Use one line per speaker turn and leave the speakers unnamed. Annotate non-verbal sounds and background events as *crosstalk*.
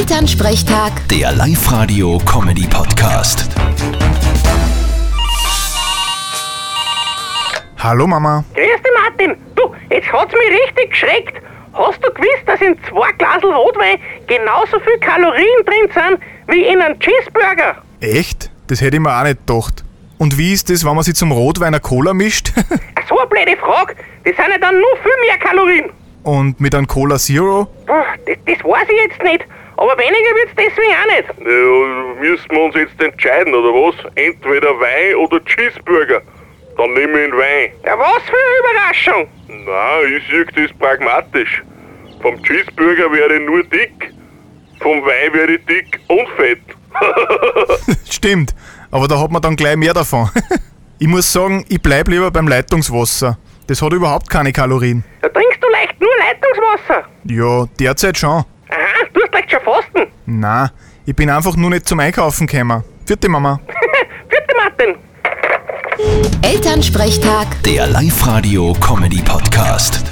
Elternsprechtag,
Der Live-Radio-Comedy-Podcast.
Hallo Mama.
Grüß dich, Martin. Du, jetzt hat's mich richtig geschreckt. Hast du gewusst, dass in zwei Glasel Rotwein genauso viel Kalorien drin sind wie in einem Cheeseburger?
Echt? Das hätte ich mir auch nicht gedacht. Und wie ist das, wenn man sie zum Rotwein eine Cola mischt? *laughs*
Ach, so eine blöde Frage. Das sind ja dann nur viel mehr Kalorien.
Und mit einem Cola Zero?
Puh, das, das weiß ich jetzt nicht. Aber weniger wird's deswegen auch nicht.
Ja, Äh, müssen wir uns jetzt entscheiden, oder was? Entweder Wein oder Cheeseburger. Dann nehmen wir den Wein.
Ja, was für eine Überraschung.
Na, ich sehe das pragmatisch. Vom Cheeseburger wäre ich nur dick, vom Wein wäre ich dick und fett.
Stimmt, aber da hat man dann gleich mehr davon. *laughs* ich muss sagen, ich bleib lieber beim Leitungswasser. Das hat überhaupt keine Kalorien.
Da trinkst du leicht nur Leitungswasser.
Ja, derzeit schon.
Aha, du hast leicht schon fasten.
Na, ich bin einfach nur nicht zum Einkaufen gekommen. Vierte Mama.
Vierte Martin.
Elternsprechtag.
Der Live-Radio-Comedy-Podcast.